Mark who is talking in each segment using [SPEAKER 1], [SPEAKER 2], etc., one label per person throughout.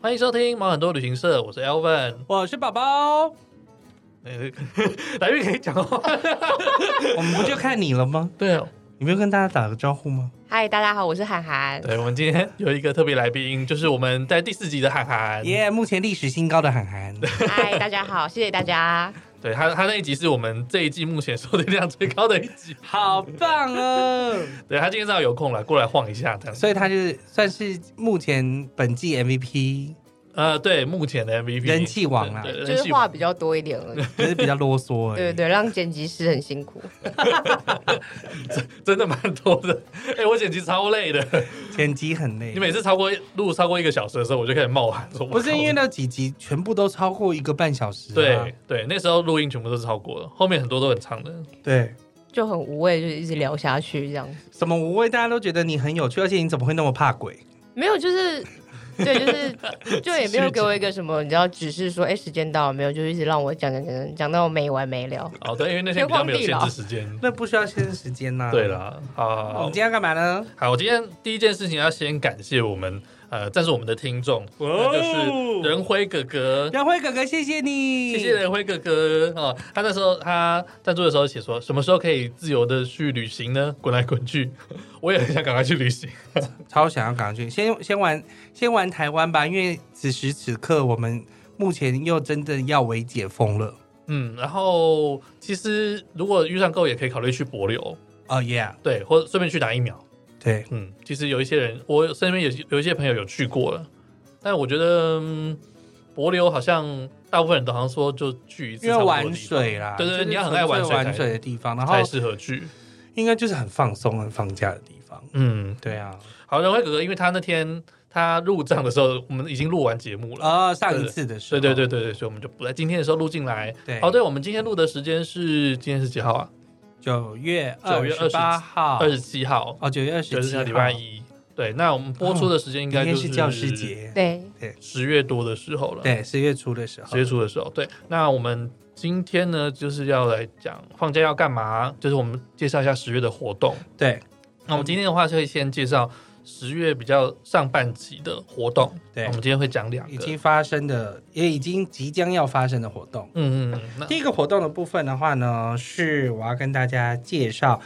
[SPEAKER 1] 欢迎收听毛很多旅行社，我是 Elvin。
[SPEAKER 2] 我是宝宝，
[SPEAKER 1] 呃， 来宾可以讲话。
[SPEAKER 2] 我们不就看你了吗？
[SPEAKER 1] 对哦，
[SPEAKER 2] 你没有跟大家打个招呼吗？
[SPEAKER 3] 嗨，大家好，我是涵涵。
[SPEAKER 1] 对我们今天有一个特别来宾，就是我们在第四集的涵涵。
[SPEAKER 2] 耶、目前历史新高的韩寒，
[SPEAKER 3] 嗨，大家好，谢谢大家。
[SPEAKER 1] 对他，他那一集是我们这一季目前收听量最高的一 集。
[SPEAKER 2] 好棒哦！
[SPEAKER 1] 对他今天正好有空来过来晃一下，这样子。
[SPEAKER 2] 所以他就是算是目前本季 MVP，
[SPEAKER 1] 呃，对，目前的 MVP
[SPEAKER 2] 人气王啊
[SPEAKER 1] 对对
[SPEAKER 3] 就
[SPEAKER 1] 人
[SPEAKER 3] 是
[SPEAKER 1] 气
[SPEAKER 3] 话
[SPEAKER 1] 王。
[SPEAKER 3] 比较多一点而已，
[SPEAKER 2] 只是比较啰嗦而已。
[SPEAKER 3] 对对对，让剪辑师很辛苦。
[SPEAKER 1] 真的蛮多的。哎、我剪辑超累的，
[SPEAKER 2] 剪辑很累
[SPEAKER 1] 你，每次超过录超过一个小时的时候，我就开始冒汗，说
[SPEAKER 2] 不是
[SPEAKER 1] 我靠
[SPEAKER 2] 因为那几集全部都超过一个半小时、啊
[SPEAKER 1] 对。对，那时候录音全部都是超过了，后面很多都很长的。
[SPEAKER 2] 对对，
[SPEAKER 3] 就很无味，就是一直聊下去这样子。
[SPEAKER 2] 什么无畏，大家都觉得你很有趣，而且你怎么会那么怕鬼？
[SPEAKER 3] 没有，就是对，就是就也没有给我一个什么，你知道，只是说哎、时间到了没有，就一直让我讲讲讲讲讲到没完没了。
[SPEAKER 1] 哦，对，因为那些比较没有限制时间。
[SPEAKER 2] 那不需要限时间呐、
[SPEAKER 1] 对，啦，好好，
[SPEAKER 2] 我
[SPEAKER 1] 好
[SPEAKER 2] 们今天要干嘛呢？
[SPEAKER 1] 好，我今天第一件事情要先感谢我们呃，赞助我们的听众，那就是仁辉哥哥。
[SPEAKER 2] 杨辉哥哥，谢谢你，
[SPEAKER 1] 谢谢仁辉哥哥哦，他那时候他赞助的时候写说，什么时候可以自由的去旅行呢？滚来滚去， 我也很想赶快去旅行。
[SPEAKER 2] 超想要赶快去，先先玩先玩台湾吧，因为此时此刻我们目前又真正要为解封了。
[SPEAKER 1] 嗯，然后其实如果预算够，也可以考虑去博流，
[SPEAKER 2] 哦、yeah，
[SPEAKER 1] 对，或顺便去打疫苗。
[SPEAKER 2] 对，
[SPEAKER 1] 嗯，其实有一些人，我身边有有一些朋友有去过了，但我觉得、嗯、柏流好像大部分人都好像说就去一次
[SPEAKER 2] 因为
[SPEAKER 1] 差不多的
[SPEAKER 2] 玩
[SPEAKER 1] 地方
[SPEAKER 2] 水啦，
[SPEAKER 1] 对对对
[SPEAKER 2] 就是
[SPEAKER 1] 你要很爱玩水
[SPEAKER 2] 纯粹
[SPEAKER 1] 才
[SPEAKER 2] 玩水的地方，然后
[SPEAKER 1] 才适合去。
[SPEAKER 2] 应该就是很放松、很放假的地方。
[SPEAKER 1] 嗯，
[SPEAKER 2] 对啊，
[SPEAKER 1] 好，仁辉哥哥，因为他那天他入账的时候，我们已经录完节目了。
[SPEAKER 2] 呃，上一次的时
[SPEAKER 1] 对
[SPEAKER 2] 候，
[SPEAKER 1] 对对对对，所以我们就不在今天的时候录进来。
[SPEAKER 2] 对
[SPEAKER 1] 哦，对，我们今天录的时间是今天是几号啊？
[SPEAKER 2] 九月
[SPEAKER 1] 9月
[SPEAKER 2] 十八号，
[SPEAKER 1] 二十七号，
[SPEAKER 2] 哦，九月啊二
[SPEAKER 1] 就是
[SPEAKER 2] 十七
[SPEAKER 1] 礼拜，一。对，那我们播出的时间应
[SPEAKER 2] 应
[SPEAKER 1] 该
[SPEAKER 2] 该
[SPEAKER 1] 就是
[SPEAKER 2] 教师，节，
[SPEAKER 3] 对，
[SPEAKER 1] 十月多的时候了。
[SPEAKER 2] 对，十月初的时候
[SPEAKER 1] 接，触的时候，对。那我们今天呢，就是要来讲放假要干嘛，就是我们介绍一下十月的活动。
[SPEAKER 2] 对
[SPEAKER 1] 那我们今天的话，就会先介绍十月比较上半期的活动。
[SPEAKER 2] 对
[SPEAKER 1] 我们今天会讲两
[SPEAKER 2] 已
[SPEAKER 1] 个。
[SPEAKER 2] 经发生的，也已经即将要发生的活动。
[SPEAKER 1] 嗯嗯嗯，那
[SPEAKER 2] 第一个活动的部分的话呢，是我要跟大家介绍，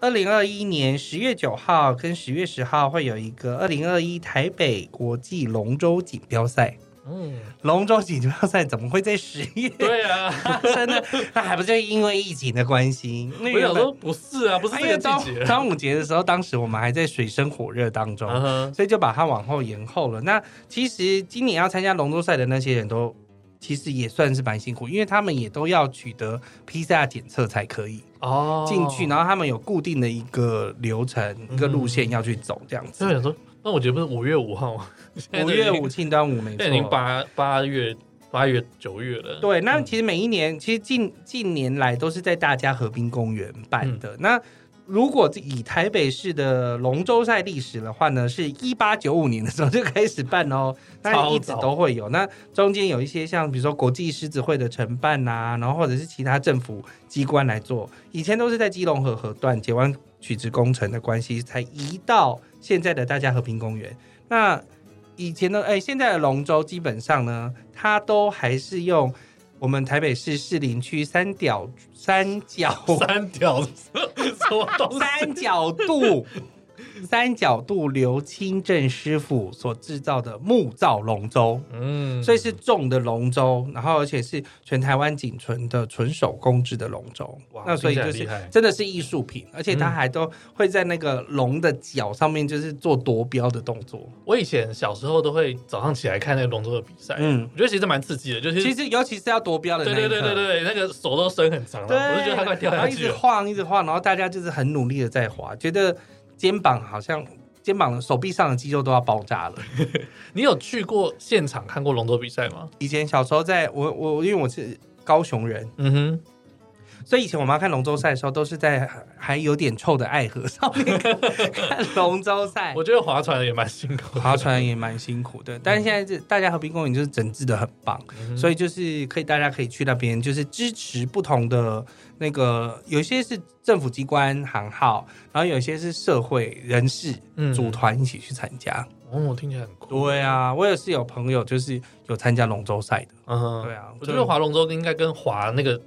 [SPEAKER 2] 二零二一年十月九号跟十月十号会有一个二零二一台北国际龙舟锦标赛。
[SPEAKER 1] 嗯，
[SPEAKER 2] 龙舟锦标赛怎么会在十月
[SPEAKER 1] 对啊，
[SPEAKER 2] 发生呢？那还不就是因为疫情的关系？那
[SPEAKER 1] 我想说不是啊，不是
[SPEAKER 2] 哎
[SPEAKER 1] 这
[SPEAKER 2] 呀
[SPEAKER 1] 个
[SPEAKER 2] 端
[SPEAKER 1] 季节。
[SPEAKER 2] 端午节的时候，当时我们还在水深火热当中。
[SPEAKER 1] 嗯哼，
[SPEAKER 2] 所以就把它往后延后了。那其实今年要参加龙舟赛的那些人都，其实也算是蛮辛苦，因为他们也都要取得 PCR 检测才可以
[SPEAKER 1] 哦，
[SPEAKER 2] 进去，然后他们有固定的一个流程、一个路线要去走，这样
[SPEAKER 1] 所以我想
[SPEAKER 2] 子。
[SPEAKER 1] 说，那我觉得不是五月五号吗？现在
[SPEAKER 2] 五
[SPEAKER 1] 都已
[SPEAKER 2] 月
[SPEAKER 1] 经，
[SPEAKER 2] 五庆端午没
[SPEAKER 1] 现在已经
[SPEAKER 2] 错。
[SPEAKER 1] 八八月八月九月了。
[SPEAKER 2] 对，那其实每一年，其实近近年来都是在大家河滨公园
[SPEAKER 1] 嗯
[SPEAKER 2] 办的。那如果以台北市的龙舟赛历史的话呢，是一八九五年的时候就开始 办哦，那
[SPEAKER 1] 超
[SPEAKER 2] 一直
[SPEAKER 1] 早
[SPEAKER 2] 都会有。那中间有一些像比如说国际狮子会的承办呐、然后或者是其他政府机关来做，以前都是在基隆河河段解湾取直工程的关系，才移到现在的大家和平公园。那以前的哎，现在的龙舟基本上呢，它都还是用我们台北市士林区三角三角
[SPEAKER 1] 三条 什么东西？
[SPEAKER 2] 三角 渡三角渡刘清正师傅所制造的木造龙舟，
[SPEAKER 1] 嗯，
[SPEAKER 2] 所以是重的龙舟，然后而且是全台湾仅存的纯手工制的龙舟
[SPEAKER 1] 哇，
[SPEAKER 2] 那所以就
[SPEAKER 1] 听起
[SPEAKER 2] 是
[SPEAKER 1] 来很厉害嗯
[SPEAKER 2] 真的是艺术品，而且它还都会在那个龙的脚上面就是做夺标的动作，
[SPEAKER 1] 我以前小时候都会早上起来看那个龙舟的比赛，
[SPEAKER 2] 嗯
[SPEAKER 1] 我觉得其实蛮刺激的，就是
[SPEAKER 2] 其实尤其是要夺标的那
[SPEAKER 1] 对
[SPEAKER 2] 一
[SPEAKER 1] 对对对
[SPEAKER 2] 刻
[SPEAKER 1] 对，那个手都伸很长
[SPEAKER 2] 对，
[SPEAKER 1] 了，我就觉得它快掉
[SPEAKER 2] 然
[SPEAKER 1] 下
[SPEAKER 2] 后一
[SPEAKER 1] 去
[SPEAKER 2] 直
[SPEAKER 1] 了。
[SPEAKER 2] 晃，一直晃，然后大家就是很努力的在滑，觉得肩膀好像肩膀的手臂上的肌肉都要爆炸了。
[SPEAKER 1] 你有去过现场看过龙舟比赛吗？
[SPEAKER 2] 以前小时候在我我因为我是高雄人，
[SPEAKER 1] 嗯哼，
[SPEAKER 2] 所以以前我妈看龙舟赛的时候，都是在还有点臭的爱河上面看 看龙舟赛。
[SPEAKER 1] 我觉得划船也蛮辛 苦的。
[SPEAKER 2] 划船也蛮辛苦的，但是现在这大家和平公园就是整治的很棒，所以就是可以大家可以去那边，就是支持不同的那个，有一些是政府机关行号，然后有一些是社会人士
[SPEAKER 1] 嗯
[SPEAKER 2] 组团一起去参加。
[SPEAKER 1] 以 哦，听起来很酷。
[SPEAKER 2] 对啊，我也是有朋友就是有参加龙舟赛的。
[SPEAKER 1] 嗯哼，
[SPEAKER 2] 对啊，
[SPEAKER 1] 我觉得划龙舟应该跟划那个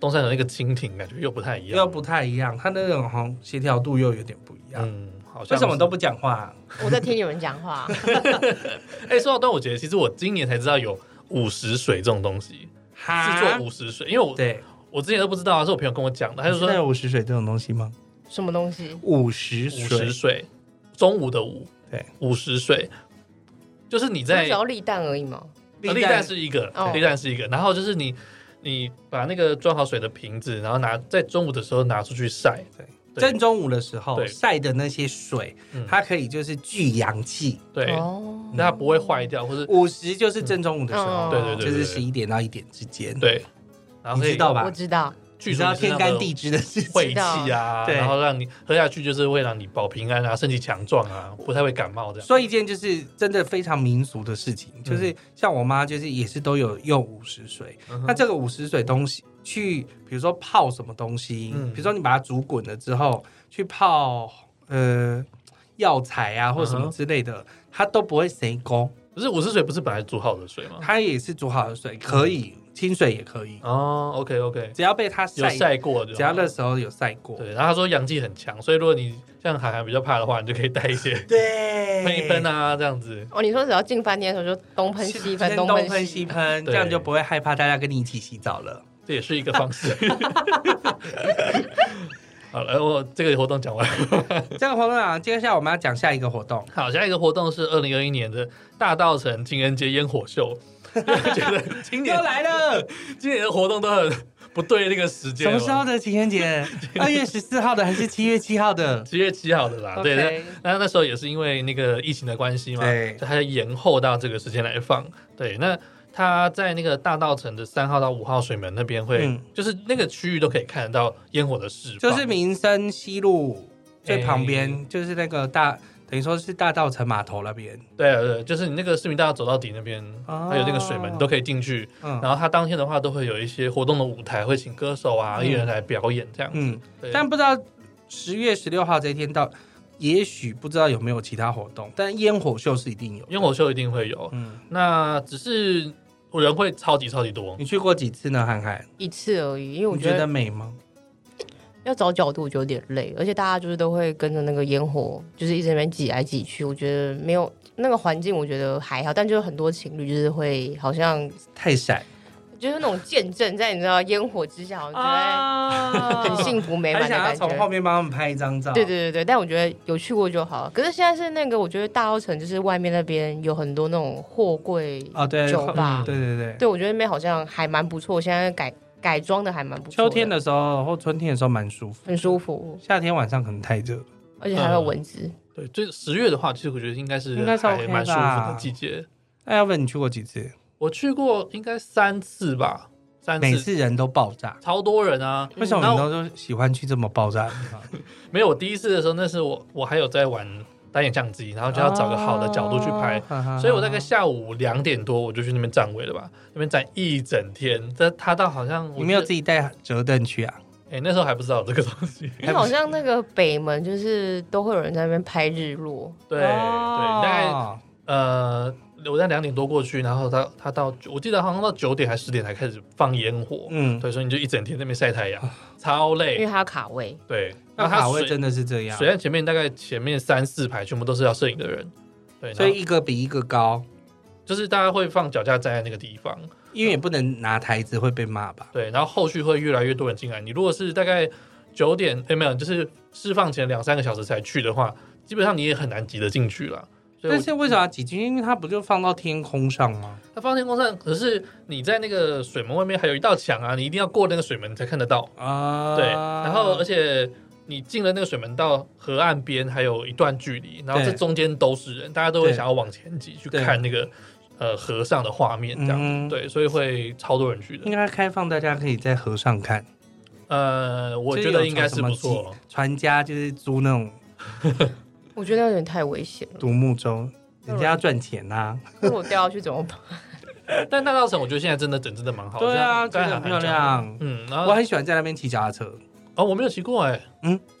[SPEAKER 1] 东山的那个蜻蜓感觉又不太一样。
[SPEAKER 2] 又不太一样，他那种好像协调度又有点不一样。
[SPEAKER 1] 嗯，好像
[SPEAKER 2] 为什么
[SPEAKER 1] 是
[SPEAKER 2] 都不讲话啊、
[SPEAKER 3] 我在听你们讲话，
[SPEAKER 1] 哎、说到端午节，其实我今年才知道有午时水这种东西，是做午时水，因为我
[SPEAKER 2] 啊对，
[SPEAKER 1] 我之前都不知道啊，是我朋友跟我讲的，他就说
[SPEAKER 2] 现在有五十水这种东西吗？
[SPEAKER 3] 什么东西？
[SPEAKER 2] 五十
[SPEAKER 1] 午时水，中午的午，
[SPEAKER 2] 对，
[SPEAKER 1] 午时水，就是你
[SPEAKER 3] 不是
[SPEAKER 1] 在
[SPEAKER 3] 只要立蛋而已吗？
[SPEAKER 1] 呃立蛋是一个
[SPEAKER 3] 哦，
[SPEAKER 1] 立蛋是一个，然后就是你你把那个装好水的瓶子，然后拿在中午的时候拿出去晒，对
[SPEAKER 2] 正中午的时候
[SPEAKER 1] 对
[SPEAKER 2] 晒的那些水
[SPEAKER 1] 嗯，
[SPEAKER 2] 它可以就是聚阳气。
[SPEAKER 1] 对，
[SPEAKER 3] 哦，
[SPEAKER 1] 那它不会坏掉，或是
[SPEAKER 2] 五十就是正中午的时
[SPEAKER 3] 嗯
[SPEAKER 2] 候，
[SPEAKER 3] 对对
[SPEAKER 1] 对
[SPEAKER 2] 就是
[SPEAKER 1] 对
[SPEAKER 2] 十一点到一点之间。，
[SPEAKER 1] 对，然后
[SPEAKER 2] 你
[SPEAKER 1] 可以
[SPEAKER 2] 知道吧
[SPEAKER 3] 我？知道，
[SPEAKER 1] 据
[SPEAKER 2] 你知
[SPEAKER 1] 说
[SPEAKER 2] 道
[SPEAKER 1] 你是
[SPEAKER 2] 天
[SPEAKER 1] 那
[SPEAKER 2] 干
[SPEAKER 1] 种
[SPEAKER 2] 地支的事情。
[SPEAKER 1] 晦气啊，
[SPEAKER 2] 对
[SPEAKER 1] 然后让你喝下去就是会让你保平安啊，身体强壮啊，不太会感冒这样。
[SPEAKER 2] 说一件就是真的非常民俗的事情，
[SPEAKER 1] 嗯
[SPEAKER 2] 就是像我妈就是也是都有用午时水，
[SPEAKER 1] 嗯哼
[SPEAKER 2] 那这个午时水东西去，比如说泡什么东西，
[SPEAKER 1] 嗯
[SPEAKER 2] 比如说你把它煮滚了之后去泡呃药材啊或什
[SPEAKER 1] 嗯
[SPEAKER 2] 么
[SPEAKER 1] 哼
[SPEAKER 2] 之类的，它都不会谁攻，
[SPEAKER 1] 不是午时水不是本来煮好的水 吗？
[SPEAKER 2] 它也是煮好的水，可以
[SPEAKER 1] 嗯
[SPEAKER 2] 清水也可以，
[SPEAKER 1] 哦，OK OK，
[SPEAKER 2] 只要被它
[SPEAKER 1] 有
[SPEAKER 2] 晒，
[SPEAKER 1] 晒过哦就好，
[SPEAKER 2] 只要那时候有晒过，
[SPEAKER 1] 对。然后他说阳气很强，所以如果你像海涵比较怕的话，你就可以带一些
[SPEAKER 2] 对
[SPEAKER 1] 喷一喷啊，这样子。
[SPEAKER 3] 哦，你说只要进饭店的时候就东喷西喷，
[SPEAKER 2] 先
[SPEAKER 3] 东
[SPEAKER 2] 东
[SPEAKER 3] 喷
[SPEAKER 2] 喷
[SPEAKER 3] 西
[SPEAKER 2] 西
[SPEAKER 3] 喷，
[SPEAKER 2] 喷，这
[SPEAKER 1] 对
[SPEAKER 2] 样就不会害怕大家跟你一起洗澡了。
[SPEAKER 1] 这也是一个方式。 好了，我这个活动讲完。
[SPEAKER 2] 这个活动啊，接下来我们要讲下一个活动。
[SPEAKER 1] 好，下一个活动是二零二一年的大稻城情人节烟火秀。 因为我觉得今 年
[SPEAKER 2] 又来了，
[SPEAKER 1] 今年的活动都很不对那个时间
[SPEAKER 2] 什
[SPEAKER 1] 哦，
[SPEAKER 2] 么时候的情人节？ 二月十四号的还是七月七号的？
[SPEAKER 1] 七月七号的啦，对。那
[SPEAKER 2] OK
[SPEAKER 1] 那那时候也是因为那个疫情的关系嘛，
[SPEAKER 2] 对
[SPEAKER 1] 就它延后到这个时间来放。对，那它在那个大稻城的三号到五号水门那边会，
[SPEAKER 2] 嗯
[SPEAKER 1] 就是那个区域都可以看得到烟火的释放，
[SPEAKER 2] 就是民生西路最旁
[SPEAKER 1] 哎
[SPEAKER 2] 边，就是那个大，等于说是大稻城码头那边。
[SPEAKER 1] 对对，就是你那个市民大道走到底那边，
[SPEAKER 2] 哦
[SPEAKER 1] 还有那个水门你都可以进去。
[SPEAKER 2] 嗯
[SPEAKER 1] 然后它当天的话都会有一些活动的舞台，会请歌手啊、
[SPEAKER 2] 嗯
[SPEAKER 1] 艺人来表演这样子。
[SPEAKER 2] 嗯，
[SPEAKER 1] 对
[SPEAKER 2] 但不知道十月十六号这一天到，也许不知道有没有其他活动，但烟火秀是一定有。
[SPEAKER 1] 烟火秀一定会有，
[SPEAKER 2] 嗯，
[SPEAKER 1] 那只是人会超级超级多。
[SPEAKER 2] 你去过几次呢？涵涵，
[SPEAKER 3] 一次而已，因为我
[SPEAKER 2] 你
[SPEAKER 3] 觉
[SPEAKER 2] 觉得
[SPEAKER 3] 得
[SPEAKER 2] 美吗？
[SPEAKER 3] 要找角度就有点累，而且大家就是都会跟着那个烟火，就是一直在那边挤来挤去，我觉得没有那个环境，我觉得还好，但就是很多情侣就是会好像
[SPEAKER 2] 太闪
[SPEAKER 3] 就是那种见证在你知道烟火之下，我觉得
[SPEAKER 2] 啊
[SPEAKER 3] 很幸福美满
[SPEAKER 2] 还
[SPEAKER 3] 的
[SPEAKER 2] 想要
[SPEAKER 3] 感
[SPEAKER 2] 从后
[SPEAKER 3] 觉。
[SPEAKER 2] 面帮他们拍一张照。
[SPEAKER 3] 对对对对，但我觉得有去过就好。可是现在是那个，我觉得大澳城就是外面那边有很多那种货柜，
[SPEAKER 2] 啊，对，
[SPEAKER 3] 酒吧
[SPEAKER 2] 嗯对对对。
[SPEAKER 3] 对我觉得那边好像还蛮不错，现在改改装的还蛮不错。
[SPEAKER 2] 秋天的时候或春天的时候蛮舒服，
[SPEAKER 3] 很舒服，
[SPEAKER 2] 夏天晚上可能太热了。
[SPEAKER 3] 而且还
[SPEAKER 2] 嗯
[SPEAKER 3] 有蚊子。
[SPEAKER 1] 对，这十月的话，其实我觉得应该是
[SPEAKER 2] 应该是 OK
[SPEAKER 1] 还蛮舒服的季节。
[SPEAKER 2] 那要哎问你去过几次？
[SPEAKER 1] 我去过应该三次吧，三
[SPEAKER 2] 每
[SPEAKER 1] 次
[SPEAKER 2] 次人都爆炸，
[SPEAKER 1] 超多人啊！
[SPEAKER 2] 嗯为什么你都都喜欢去这么爆炸的地方？
[SPEAKER 1] 没 有，我第一次的时候，那是我我还有在玩单眼相机，然后就要找个好的角度去
[SPEAKER 2] 哦
[SPEAKER 1] 拍。
[SPEAKER 2] 拍
[SPEAKER 1] 所以我大概下午两点多我就去那边站位了吧，那边站一整天。但他到好像我
[SPEAKER 2] 你没有
[SPEAKER 1] 记
[SPEAKER 2] 自己带折凳去啊？
[SPEAKER 1] 得，哎、那时候还不知道有这个东西。
[SPEAKER 3] 因为好像那个北门就是都会有人在那边拍日落，
[SPEAKER 1] 对、
[SPEAKER 2] 哦
[SPEAKER 1] 对，大概呃，我在两点多过去，然后他他到九我记得好像到九点还十点才开始放烟火。
[SPEAKER 2] 嗯，
[SPEAKER 1] 对，所以你就一整天在那边晒太阳，超
[SPEAKER 3] 因为
[SPEAKER 1] 累。
[SPEAKER 3] 它要卡位。
[SPEAKER 1] 对，
[SPEAKER 2] 啊那
[SPEAKER 1] 然后它
[SPEAKER 2] 卡位
[SPEAKER 1] 水
[SPEAKER 2] 真的啊是这样
[SPEAKER 1] 水，岸前面大概前面三四排全部都是要摄影的人，对，
[SPEAKER 2] 所
[SPEAKER 1] 所以
[SPEAKER 2] 以一个比一个高，
[SPEAKER 1] 就是大家会放脚架站在那个地方，
[SPEAKER 2] 因为也不能拿台子会被骂吧？
[SPEAKER 1] 对，然后后续会越来越多人进来。你如果是大概九点，哎，没有，就是释放前两三个小时才去的话，基本上你也很难挤得进去了。所以
[SPEAKER 2] 但
[SPEAKER 1] 我嗯
[SPEAKER 2] 是为什么要挤进去？因为它不就放到天空上吗？
[SPEAKER 1] 它放天空上，可是你在那个水门外面还有一道墙啊，你一定要过那个水门才看得到。
[SPEAKER 2] 啊，
[SPEAKER 1] 对，然后而且你进了那个水门到河岸边还有一段距离，然后这
[SPEAKER 2] 对
[SPEAKER 1] 中间都是人，大家都会
[SPEAKER 2] 对
[SPEAKER 1] 想要往前挤去
[SPEAKER 2] 对
[SPEAKER 1] 看那个呃河上的画面，这样子、
[SPEAKER 2] 嗯
[SPEAKER 1] 对，所以会超多人去
[SPEAKER 2] 应
[SPEAKER 1] 的。
[SPEAKER 2] 该开放大家可以在河上看。
[SPEAKER 1] 呃，我觉得应该是不 错，
[SPEAKER 2] 船家就是租那种
[SPEAKER 3] 我觉得有点太危险了，
[SPEAKER 2] 独木舟，人家要赚钱呐、
[SPEAKER 3] 如果掉下去怎么办？
[SPEAKER 1] 但大稻城我觉得现在真的整治的蛮好的，
[SPEAKER 2] 对啊，真
[SPEAKER 1] 像
[SPEAKER 2] 的
[SPEAKER 1] 刚才韩
[SPEAKER 2] 很漂
[SPEAKER 1] 讲的。
[SPEAKER 2] 亮。
[SPEAKER 1] 嗯，然
[SPEAKER 2] 我
[SPEAKER 1] 后
[SPEAKER 2] 很喜欢在那边骑脚踏车，
[SPEAKER 1] 哦，我没有骑过哎、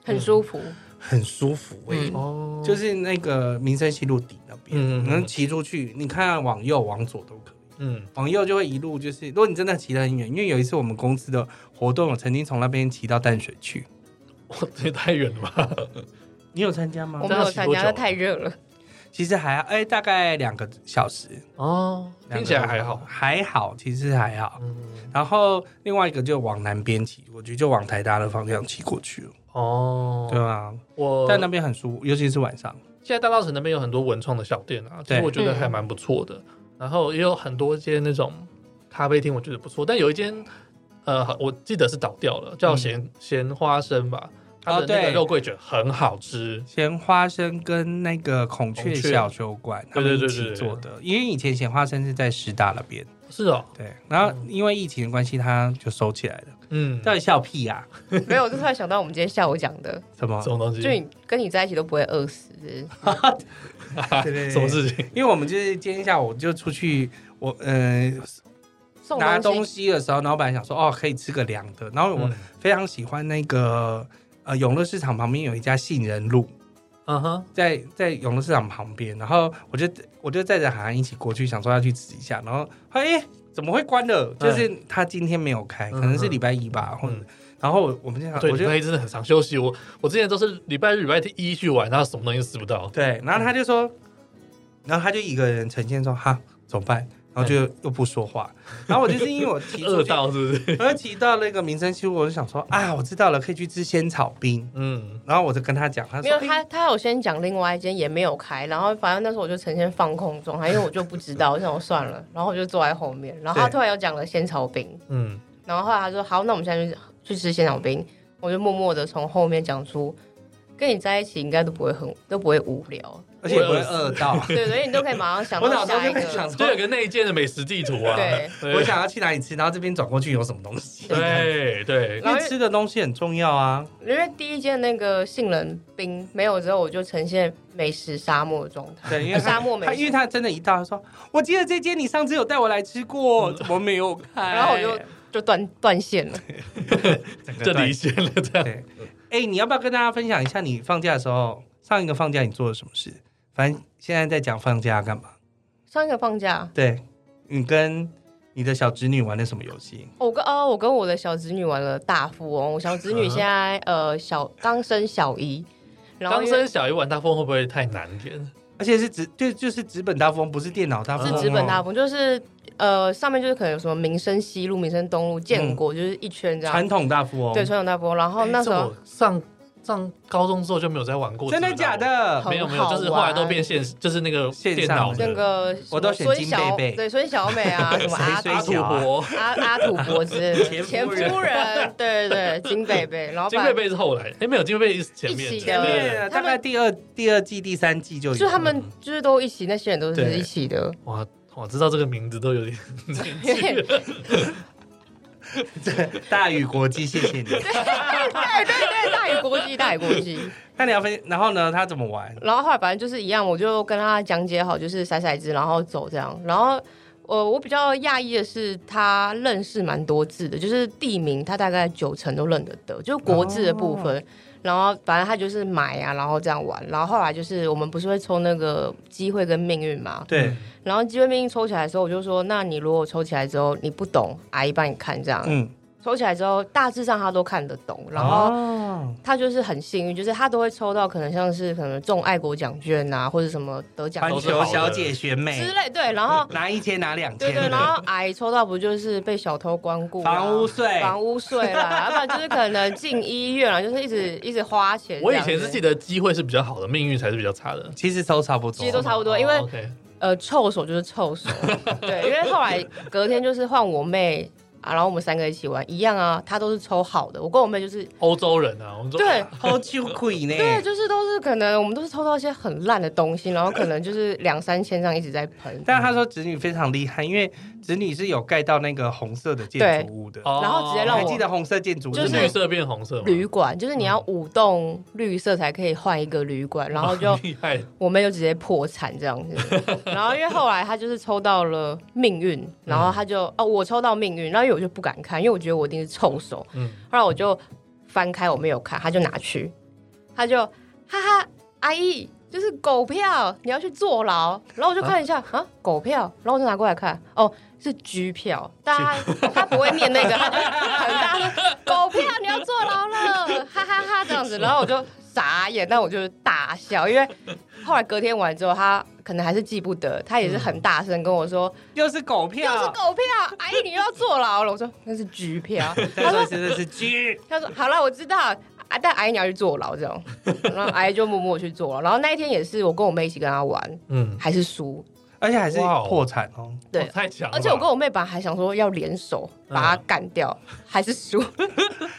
[SPEAKER 3] 很舒服，
[SPEAKER 2] 很舒服哎、
[SPEAKER 3] 嗯
[SPEAKER 1] 哦，
[SPEAKER 2] 就是那个民生西路底那边，
[SPEAKER 1] 嗯嗯嗯
[SPEAKER 2] 然后骑出去，你看往右往左都可以。
[SPEAKER 1] 嗯
[SPEAKER 2] 往右就会一路就是，如果你真的骑得很远，因为有一次我们公司的活动，我曾经从那边骑到淡水去。
[SPEAKER 1] 我这也太远了 吧？
[SPEAKER 2] 你有参加吗
[SPEAKER 3] 我
[SPEAKER 1] 这
[SPEAKER 3] 没
[SPEAKER 1] 样
[SPEAKER 3] 有
[SPEAKER 1] 骑多
[SPEAKER 3] 参加，
[SPEAKER 1] 久
[SPEAKER 3] 那
[SPEAKER 1] 啊
[SPEAKER 3] 太热了。
[SPEAKER 2] 其实还好哎、大概两个小时，
[SPEAKER 1] 哦，听起来还好。
[SPEAKER 2] 还好，其实还好。
[SPEAKER 1] 嗯，
[SPEAKER 2] 然后另外一个就往南边骑过去，就往台大的方向骑过去了，
[SPEAKER 1] 哦，
[SPEAKER 2] 对啊，
[SPEAKER 1] 我
[SPEAKER 2] 但那边很舒服，尤其是晚上。
[SPEAKER 1] 现在大稻城那边有很多文创的小店啊，其实
[SPEAKER 2] 对
[SPEAKER 1] 我觉得
[SPEAKER 3] 嗯
[SPEAKER 1] 还蛮不错的。然后也有很多间那种咖啡厅，我觉得不错。但有一间，呃，我记得是倒掉了，叫咸、咸花生吧，它的那个
[SPEAKER 2] 嗯哦对
[SPEAKER 1] 肉桂卷很好吃。
[SPEAKER 2] 咸花生跟那个孔雀
[SPEAKER 1] 孔雀
[SPEAKER 2] 小酒馆，他
[SPEAKER 1] 对
[SPEAKER 2] 们
[SPEAKER 1] 对
[SPEAKER 2] 一
[SPEAKER 1] 对
[SPEAKER 2] 起
[SPEAKER 1] 对对
[SPEAKER 2] 做的，因为以前咸花生是在师大那边，
[SPEAKER 1] 是哦，
[SPEAKER 2] 对，然后因为疫情的关系，它就收起来了。
[SPEAKER 1] 嗯，
[SPEAKER 2] 到底笑屁呀、
[SPEAKER 3] 没有，我就突然想到我们今天下午讲的，
[SPEAKER 2] 什么
[SPEAKER 1] 什？么东西？
[SPEAKER 3] 就你跟你在一起都不会饿死，
[SPEAKER 2] 对对对
[SPEAKER 1] 什么事情？
[SPEAKER 2] 因为我们就是今天下午就出去，我呃
[SPEAKER 3] 送
[SPEAKER 2] 拿
[SPEAKER 3] 东
[SPEAKER 2] 东西的时候，然后本来想说哦可以吃个凉的，然后我
[SPEAKER 1] 嗯
[SPEAKER 2] 非常喜欢那个呃永乐市场旁边有一家杏仁露，
[SPEAKER 1] 嗯哼，
[SPEAKER 2] 在在永乐市场旁边，然后我就我就载着涵涵一起过去，想说要去吃一下，然后哎、怎么会关了？就是他今天没有开，可能
[SPEAKER 1] 嗯
[SPEAKER 2] 是
[SPEAKER 1] 嗯嗯
[SPEAKER 2] 礼拜一吧，或者
[SPEAKER 1] 嗯
[SPEAKER 2] 然后我我们就想，
[SPEAKER 1] 对，
[SPEAKER 2] 啊我
[SPEAKER 1] 礼
[SPEAKER 2] 就
[SPEAKER 1] 拜一真的很常休息。我我之前都是礼拜日、礼拜一去玩，然后什么东西都吃不到。
[SPEAKER 2] 对，然后他就
[SPEAKER 1] 嗯
[SPEAKER 2] 说，然后他就一个人呈现说哈怎么办？然后就又不说话，然后我就是因为我提
[SPEAKER 1] 嗯 饿
[SPEAKER 2] 出去，
[SPEAKER 1] 到是不 是？
[SPEAKER 2] 然后提到那个民生西路，我就想说啊，我知道了，可以去吃仙草冰。
[SPEAKER 1] 嗯，
[SPEAKER 2] 然后我就跟他讲，他
[SPEAKER 3] 没
[SPEAKER 2] 说哎
[SPEAKER 3] 有，他，他有先讲另外一间也没有开，然后反正那时候我就呈现放空状态，因为我就不知道，我想我算了，然后我就坐在后面，然后他
[SPEAKER 2] 对
[SPEAKER 3] 突然又讲了仙草冰，
[SPEAKER 1] 嗯，
[SPEAKER 3] 然后后来他说好，那我们现在就去吃仙草冰，我就默默的从后面讲出，跟你在一起应该都不会很都不会无 聊，
[SPEAKER 2] 而且也不会饿 到。
[SPEAKER 3] 对对，因为你都可以马上想
[SPEAKER 2] 我
[SPEAKER 3] 到
[SPEAKER 2] 脑中
[SPEAKER 3] 下
[SPEAKER 2] 就
[SPEAKER 3] 一
[SPEAKER 2] 在想
[SPEAKER 3] 个，
[SPEAKER 1] 就有
[SPEAKER 2] 说，
[SPEAKER 1] 个内建的美食地图啊。
[SPEAKER 3] 对
[SPEAKER 2] 我想要去哪里吃，然后这边转过去有什么东西。
[SPEAKER 1] 对对，
[SPEAKER 2] 因为吃的东西很重要啊。
[SPEAKER 3] 因为第一间那个杏仁冰没有之后，我就呈现美食沙漠的状态，
[SPEAKER 2] 对，因为他
[SPEAKER 3] 沙漠美
[SPEAKER 2] 他因为
[SPEAKER 3] 食，
[SPEAKER 2] 他真的，一到他说，我记得这间你上次有带我来吃过，怎么没有 开？
[SPEAKER 3] 然后我就就断断线了。
[SPEAKER 2] 整个
[SPEAKER 1] 这
[SPEAKER 2] 断
[SPEAKER 1] 离线了这样。
[SPEAKER 2] 对，哎、你要不要跟大家分享一下你放假的时候，上一个放假你做了什么事？反正现在在讲放假干嘛？
[SPEAKER 3] 上一个放假，
[SPEAKER 2] 对你跟你的小侄女玩的什么游戏？
[SPEAKER 3] 我跟哦，我跟我的小侄女玩了大富翁。我小侄
[SPEAKER 2] 啊
[SPEAKER 3] 女现在、呃小刚升小一，然后
[SPEAKER 1] 刚
[SPEAKER 3] 因为
[SPEAKER 1] 升小一玩大风会不会太难点？
[SPEAKER 2] 而且是纸，就就是纸本大富翁，不是电脑大富翁、
[SPEAKER 3] 是
[SPEAKER 2] 哦，
[SPEAKER 3] 资本大富翁，就是呃上面就是可能有什么民生西路、民生东路、建国，就是一圈这样。
[SPEAKER 2] 哦传统大富翁。
[SPEAKER 3] 对，传统大富翁。然后哦那时
[SPEAKER 1] 哎这
[SPEAKER 3] 候
[SPEAKER 1] 我上上高中之后就没有再玩过，
[SPEAKER 2] 真的
[SPEAKER 1] 知道
[SPEAKER 2] 假
[SPEAKER 1] 吗？
[SPEAKER 2] 的？
[SPEAKER 1] 没有没有，
[SPEAKER 3] 很好
[SPEAKER 1] 就是后来都
[SPEAKER 3] 玩
[SPEAKER 1] 变现实，就是那个
[SPEAKER 2] 线
[SPEAKER 1] 电
[SPEAKER 2] 上
[SPEAKER 1] 脑
[SPEAKER 2] 的
[SPEAKER 3] 那
[SPEAKER 1] 的
[SPEAKER 3] 个什么
[SPEAKER 2] 我都选
[SPEAKER 3] 孙
[SPEAKER 2] 金
[SPEAKER 3] 小
[SPEAKER 2] 贝贝
[SPEAKER 3] 对孙小美啊，什么阿
[SPEAKER 2] 谁
[SPEAKER 1] 阿土
[SPEAKER 2] 小啊
[SPEAKER 1] 伯，
[SPEAKER 3] 阿阿土伯之类的
[SPEAKER 2] 前
[SPEAKER 3] 前
[SPEAKER 2] 夫
[SPEAKER 3] 夫
[SPEAKER 2] 人
[SPEAKER 3] 人，对对对，金贝贝，然后
[SPEAKER 1] 金
[SPEAKER 3] 把
[SPEAKER 1] 贝贝是后来，哎没有金贝贝是前面
[SPEAKER 3] 一起
[SPEAKER 2] 前
[SPEAKER 3] 的
[SPEAKER 1] 对对
[SPEAKER 2] 面
[SPEAKER 1] 对
[SPEAKER 2] 啊
[SPEAKER 3] 他
[SPEAKER 2] 大
[SPEAKER 3] 们
[SPEAKER 2] 概第二、第二季、第三季就有。
[SPEAKER 3] 就他们就是都一起，那些人都
[SPEAKER 2] 对
[SPEAKER 3] 是一起的，
[SPEAKER 1] 哇哇，知道这个名字都有点
[SPEAKER 3] 有点
[SPEAKER 2] 大宇国际，谢谢你。
[SPEAKER 3] 对对对，大于国际，大于国际。
[SPEAKER 2] 那你要分，然后呢？他怎么玩？
[SPEAKER 3] 然后后来反正就是一样，我就跟他讲解好，就是骰骰子，然后走这样。然后呃，我比较讶异的是，他认识蛮多字的，就是地名他大概九成都认得得，就是国字的部分。然后反正他就是买啊，然后这样玩。然后后来就是我们不是会抽那个机会跟命运嘛？
[SPEAKER 2] 对，
[SPEAKER 3] 然后机会命运抽起来的时候，我就说，那你如果抽起来之后你不懂，阿姨帮你看这样。
[SPEAKER 2] 嗯，哦
[SPEAKER 3] 抽起来之后，大致上他都看得懂，然后。
[SPEAKER 2] 后
[SPEAKER 3] 他就是很幸运，就是他都会抽到可能像是可能中爱国奖券啊，或者什么得奖
[SPEAKER 2] 环
[SPEAKER 1] 都是
[SPEAKER 2] 球
[SPEAKER 1] 好的
[SPEAKER 2] 小姐学妹
[SPEAKER 3] 之类，对，然后
[SPEAKER 2] 拿一千拿两千
[SPEAKER 3] 对
[SPEAKER 2] 的，
[SPEAKER 3] 对，然后矮抽到不就是被小偷光顾、啊、
[SPEAKER 2] 房屋税，
[SPEAKER 3] 房屋 税啦，要不然就是可能进医院啊，就是一直 一直花钱。
[SPEAKER 1] 我以前是记。得机会是比较好的，命运才是比较差的。
[SPEAKER 2] 其实都差不多，
[SPEAKER 3] 其实都差不多，因为
[SPEAKER 1] 哦，OK
[SPEAKER 3] 呃，臭手就是臭 手，对，因为后来隔天就是换我妹啊，然后我们三个一起玩，一样啊，她都是抽好的，我跟我妹就是
[SPEAKER 1] 欧洲人啊，我们说
[SPEAKER 3] 对，
[SPEAKER 2] 好羞愧呢。
[SPEAKER 3] 对，就是都是可能我们都是抽到一些很烂的东西，然后可能就是两三千张一直在喷，
[SPEAKER 2] 但他说子女非常厉害，因为子女是有盖到那个红色的建筑物的，
[SPEAKER 1] 哦
[SPEAKER 3] 然后直接
[SPEAKER 2] 你
[SPEAKER 3] 让
[SPEAKER 2] 还
[SPEAKER 3] 我
[SPEAKER 2] 记得红色建筑物吗
[SPEAKER 3] 就是
[SPEAKER 1] 绿色变红色嘛，
[SPEAKER 3] 旅馆，就是你要舞动绿色才可以换一个旅馆，然后就
[SPEAKER 1] 厉害，
[SPEAKER 3] 我妹就直接破产这样子。然后因为后来她就是抽到了命运，然后她就哦我抽到命运，然后因为我就不敢看，因为我觉得我一定是臭手。
[SPEAKER 1] 嗯
[SPEAKER 3] 后来我就翻开我没有看，她就拿去，她就哈哈，阿姨，就是狗票，你要去坐牢。然后我就看一下啊，狗票，然后我就拿过来看，哦，是局票，但 他他不会念那个，他就很大声，狗票你要坐牢了，哈哈哈这样子。然后我就傻眼，但我就大笑，因为后来隔天完之后，他可能还是记不得，他也是很大声跟我说，
[SPEAKER 2] 又是狗
[SPEAKER 3] 又是
[SPEAKER 2] 票，
[SPEAKER 3] 狗票，阿姨你又要坐牢了。我说那是局票，
[SPEAKER 2] 他说真的是 G，
[SPEAKER 3] 他说：“好了，我知道。”啊，但阿姨你要去坐牢这 样，然后阿姨就默默去坐牢。然后那一天也是我跟我妹一起跟她玩，
[SPEAKER 1] 嗯，
[SPEAKER 3] 还是输。
[SPEAKER 2] 而且还是
[SPEAKER 1] 哇哦
[SPEAKER 2] 破产哦。
[SPEAKER 3] 对
[SPEAKER 1] 哦太强了吧，
[SPEAKER 3] 而且我跟我妹本来还想说要联手
[SPEAKER 1] 嗯
[SPEAKER 3] 把她干掉，还是 输。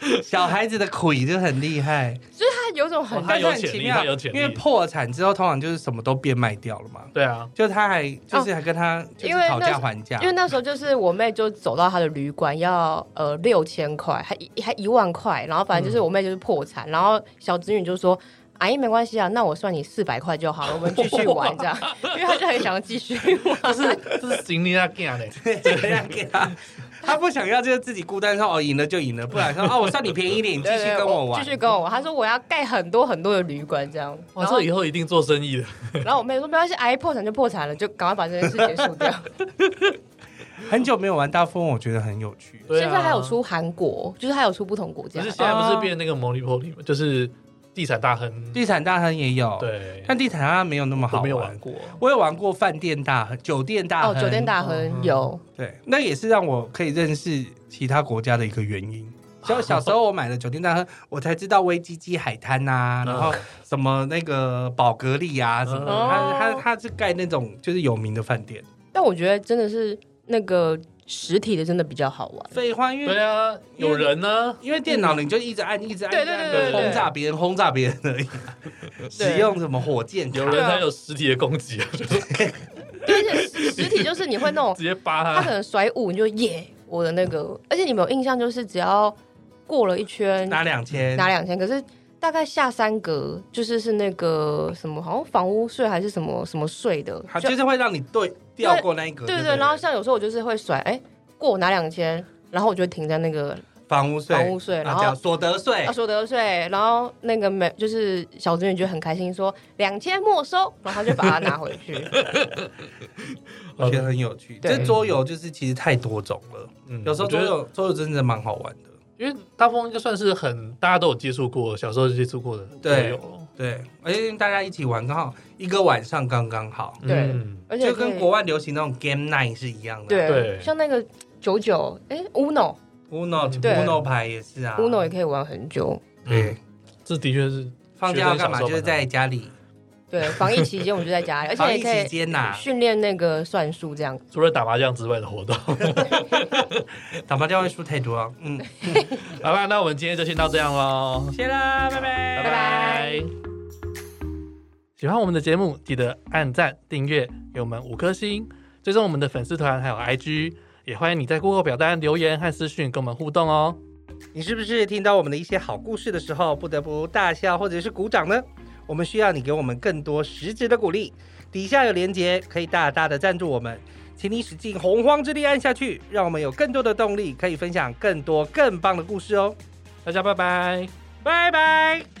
[SPEAKER 3] 就
[SPEAKER 2] 小孩子的鬼就很厉害，
[SPEAKER 3] 是她有种很
[SPEAKER 1] 哦她
[SPEAKER 2] 但
[SPEAKER 1] 有
[SPEAKER 2] 是很
[SPEAKER 1] 潜力
[SPEAKER 2] 奇妙
[SPEAKER 1] 她有，潜力
[SPEAKER 2] 因为破产之后通常就是什么都变卖掉了嘛。
[SPEAKER 1] 对啊，
[SPEAKER 2] 就他还就是还跟他就是
[SPEAKER 3] 哦因为
[SPEAKER 2] 讨
[SPEAKER 3] 那
[SPEAKER 2] 价
[SPEAKER 3] 是
[SPEAKER 2] 还价，
[SPEAKER 3] 因为那时候就是我妹就走到她的旅馆要呃六千块，还一还一万块，然后反正就是我妹就是破产，
[SPEAKER 1] 嗯
[SPEAKER 3] 然后小侄女就说。阿姨没关系啊，那我算你四百块就好了，我们继续玩 这样，因为她就很想要继续玩。
[SPEAKER 1] 这是这是行李啊 g 嘞，
[SPEAKER 2] 这样给他，他不想要就是自己孤单说哦赢了就赢了，不然 说哦我算你便宜一点，你继
[SPEAKER 3] 对
[SPEAKER 2] 续
[SPEAKER 3] 对
[SPEAKER 2] 跟我玩
[SPEAKER 3] 继。续跟我玩。他说我要盖很多很多的旅馆这样，
[SPEAKER 1] 哇，
[SPEAKER 3] 然后
[SPEAKER 1] 哦这以后一定做生意的，
[SPEAKER 3] 然后我妹说没关系，哎，破产就破产了，就赶快把这件事结束掉。
[SPEAKER 2] 很久没有玩大富翁，我觉得很有趣。
[SPEAKER 1] 对啊
[SPEAKER 3] 现在还有出韩国，就是还有出不同国
[SPEAKER 1] 只
[SPEAKER 3] 家
[SPEAKER 1] 是。现在不是
[SPEAKER 3] 哦
[SPEAKER 1] 变那个 Monopoly 吗？就是地产大亨，
[SPEAKER 2] 地产大亨也有，，
[SPEAKER 1] 对，
[SPEAKER 2] 但地产大亨没有那么好
[SPEAKER 1] 我没有玩
[SPEAKER 2] 玩。
[SPEAKER 1] 过，嗯
[SPEAKER 2] 我有玩过饭店大亨、酒店大
[SPEAKER 3] 哦，
[SPEAKER 2] 亨，
[SPEAKER 3] 酒店大
[SPEAKER 1] 嗯
[SPEAKER 3] 亨有，
[SPEAKER 2] 对，那也是让我可以认识其他国家的一个原 因。就小时候我买了酒店大亨，我才知道威基基海滩
[SPEAKER 3] 嗯
[SPEAKER 2] 呐、啊，然后什么那个宝格丽啊什么的，
[SPEAKER 1] 嗯
[SPEAKER 2] 它它它是盖那种就是有名的饭店。
[SPEAKER 3] 但我觉得真的是那个实体的真的比较好 玩。
[SPEAKER 2] 废话，因为
[SPEAKER 1] 对啊，有人呢，
[SPEAKER 2] 因为电脑你就一直按，一直按，
[SPEAKER 3] 对
[SPEAKER 2] 一直按
[SPEAKER 1] 对对对对
[SPEAKER 2] 轰炸别人，轰炸别人 而已。使用什么火箭
[SPEAKER 1] 有
[SPEAKER 2] 卡？
[SPEAKER 1] 人才有实体的攻击，啊
[SPEAKER 3] 而且实实体就是你会那种
[SPEAKER 1] 直接扒
[SPEAKER 3] 他可
[SPEAKER 1] 他，
[SPEAKER 3] 能甩舞，你就耶，我的那个。而且你们有印象，就是只要过了一圈
[SPEAKER 2] 拿两千，
[SPEAKER 3] 拿两千，可是大概下三格就是是那个什么，好像房屋税还是什么什么税的，
[SPEAKER 2] 好，就是会让你对掉过那一格。
[SPEAKER 3] 对对
[SPEAKER 2] 不
[SPEAKER 3] 对，然后像有时候我就是会甩，哎，过我拿两千，然后我就会停在那个
[SPEAKER 2] 房屋税，
[SPEAKER 3] 房屋税，然
[SPEAKER 2] 啊这样
[SPEAKER 3] 后哦
[SPEAKER 2] 所得税
[SPEAKER 3] 要，所得税，然后那个每就是小侄女就很开心说两千没收，然后她就把它拿回 去。
[SPEAKER 2] 我觉得很有趣。
[SPEAKER 3] 对
[SPEAKER 2] 这桌游就是其实太多种了，
[SPEAKER 1] 嗯
[SPEAKER 2] 有时候
[SPEAKER 1] 我觉
[SPEAKER 2] 桌
[SPEAKER 1] 得
[SPEAKER 2] 游桌游真的蛮好玩的。
[SPEAKER 1] 因为大富翁应该算是很大家都有接触过，小时候就接触过的
[SPEAKER 2] 对
[SPEAKER 1] 都有，
[SPEAKER 2] 对，而且哎大家一起玩，刚好一个晚上刚刚好，
[SPEAKER 3] 对
[SPEAKER 1] 嗯
[SPEAKER 3] 而且
[SPEAKER 2] 就
[SPEAKER 3] 可以
[SPEAKER 2] 跟国外流行那种 game night 是一样的。
[SPEAKER 3] 对
[SPEAKER 1] 对
[SPEAKER 3] 像那个九九哎 Uno
[SPEAKER 2] ，uno
[SPEAKER 1] 对
[SPEAKER 2] uno 牌也是啊
[SPEAKER 3] Uno 也可以玩很久。
[SPEAKER 2] 对，
[SPEAKER 1] 这的确是
[SPEAKER 2] 放假要干
[SPEAKER 1] 学生小
[SPEAKER 2] 嘛？
[SPEAKER 1] 时候
[SPEAKER 2] 就是在家里，
[SPEAKER 3] 对，防疫期间我就 在家里，而
[SPEAKER 2] 防
[SPEAKER 3] 且
[SPEAKER 2] 疫
[SPEAKER 3] 也可
[SPEAKER 2] 期
[SPEAKER 3] 以
[SPEAKER 2] 间啊呐，
[SPEAKER 3] 训练那个算术这样。
[SPEAKER 1] 除了打麻将之外的活动。
[SPEAKER 2] 打麻将会输太多。 嗯，
[SPEAKER 1] 好吧，那我们今天就先到这样喽。
[SPEAKER 2] 谢啦，拜拜，
[SPEAKER 1] 拜拜。喜欢我们的节目，记得按赞、订阅，给我们五颗星，追踪我们的粉丝团还有 IG，也欢迎你在 Google 表单留言和私讯跟我们互动哦。
[SPEAKER 2] 你是不是听到我们的一些好故事的时候，不得不大笑或者是鼓掌呢？我们需要你给我们更多实质的鼓励。底下有连结，可以大大的赞助我们，请你使尽洪荒之力按下去，让我们有更多的动力，可以分享更多更棒的故事哦。
[SPEAKER 1] 大家拜拜。
[SPEAKER 2] 拜拜。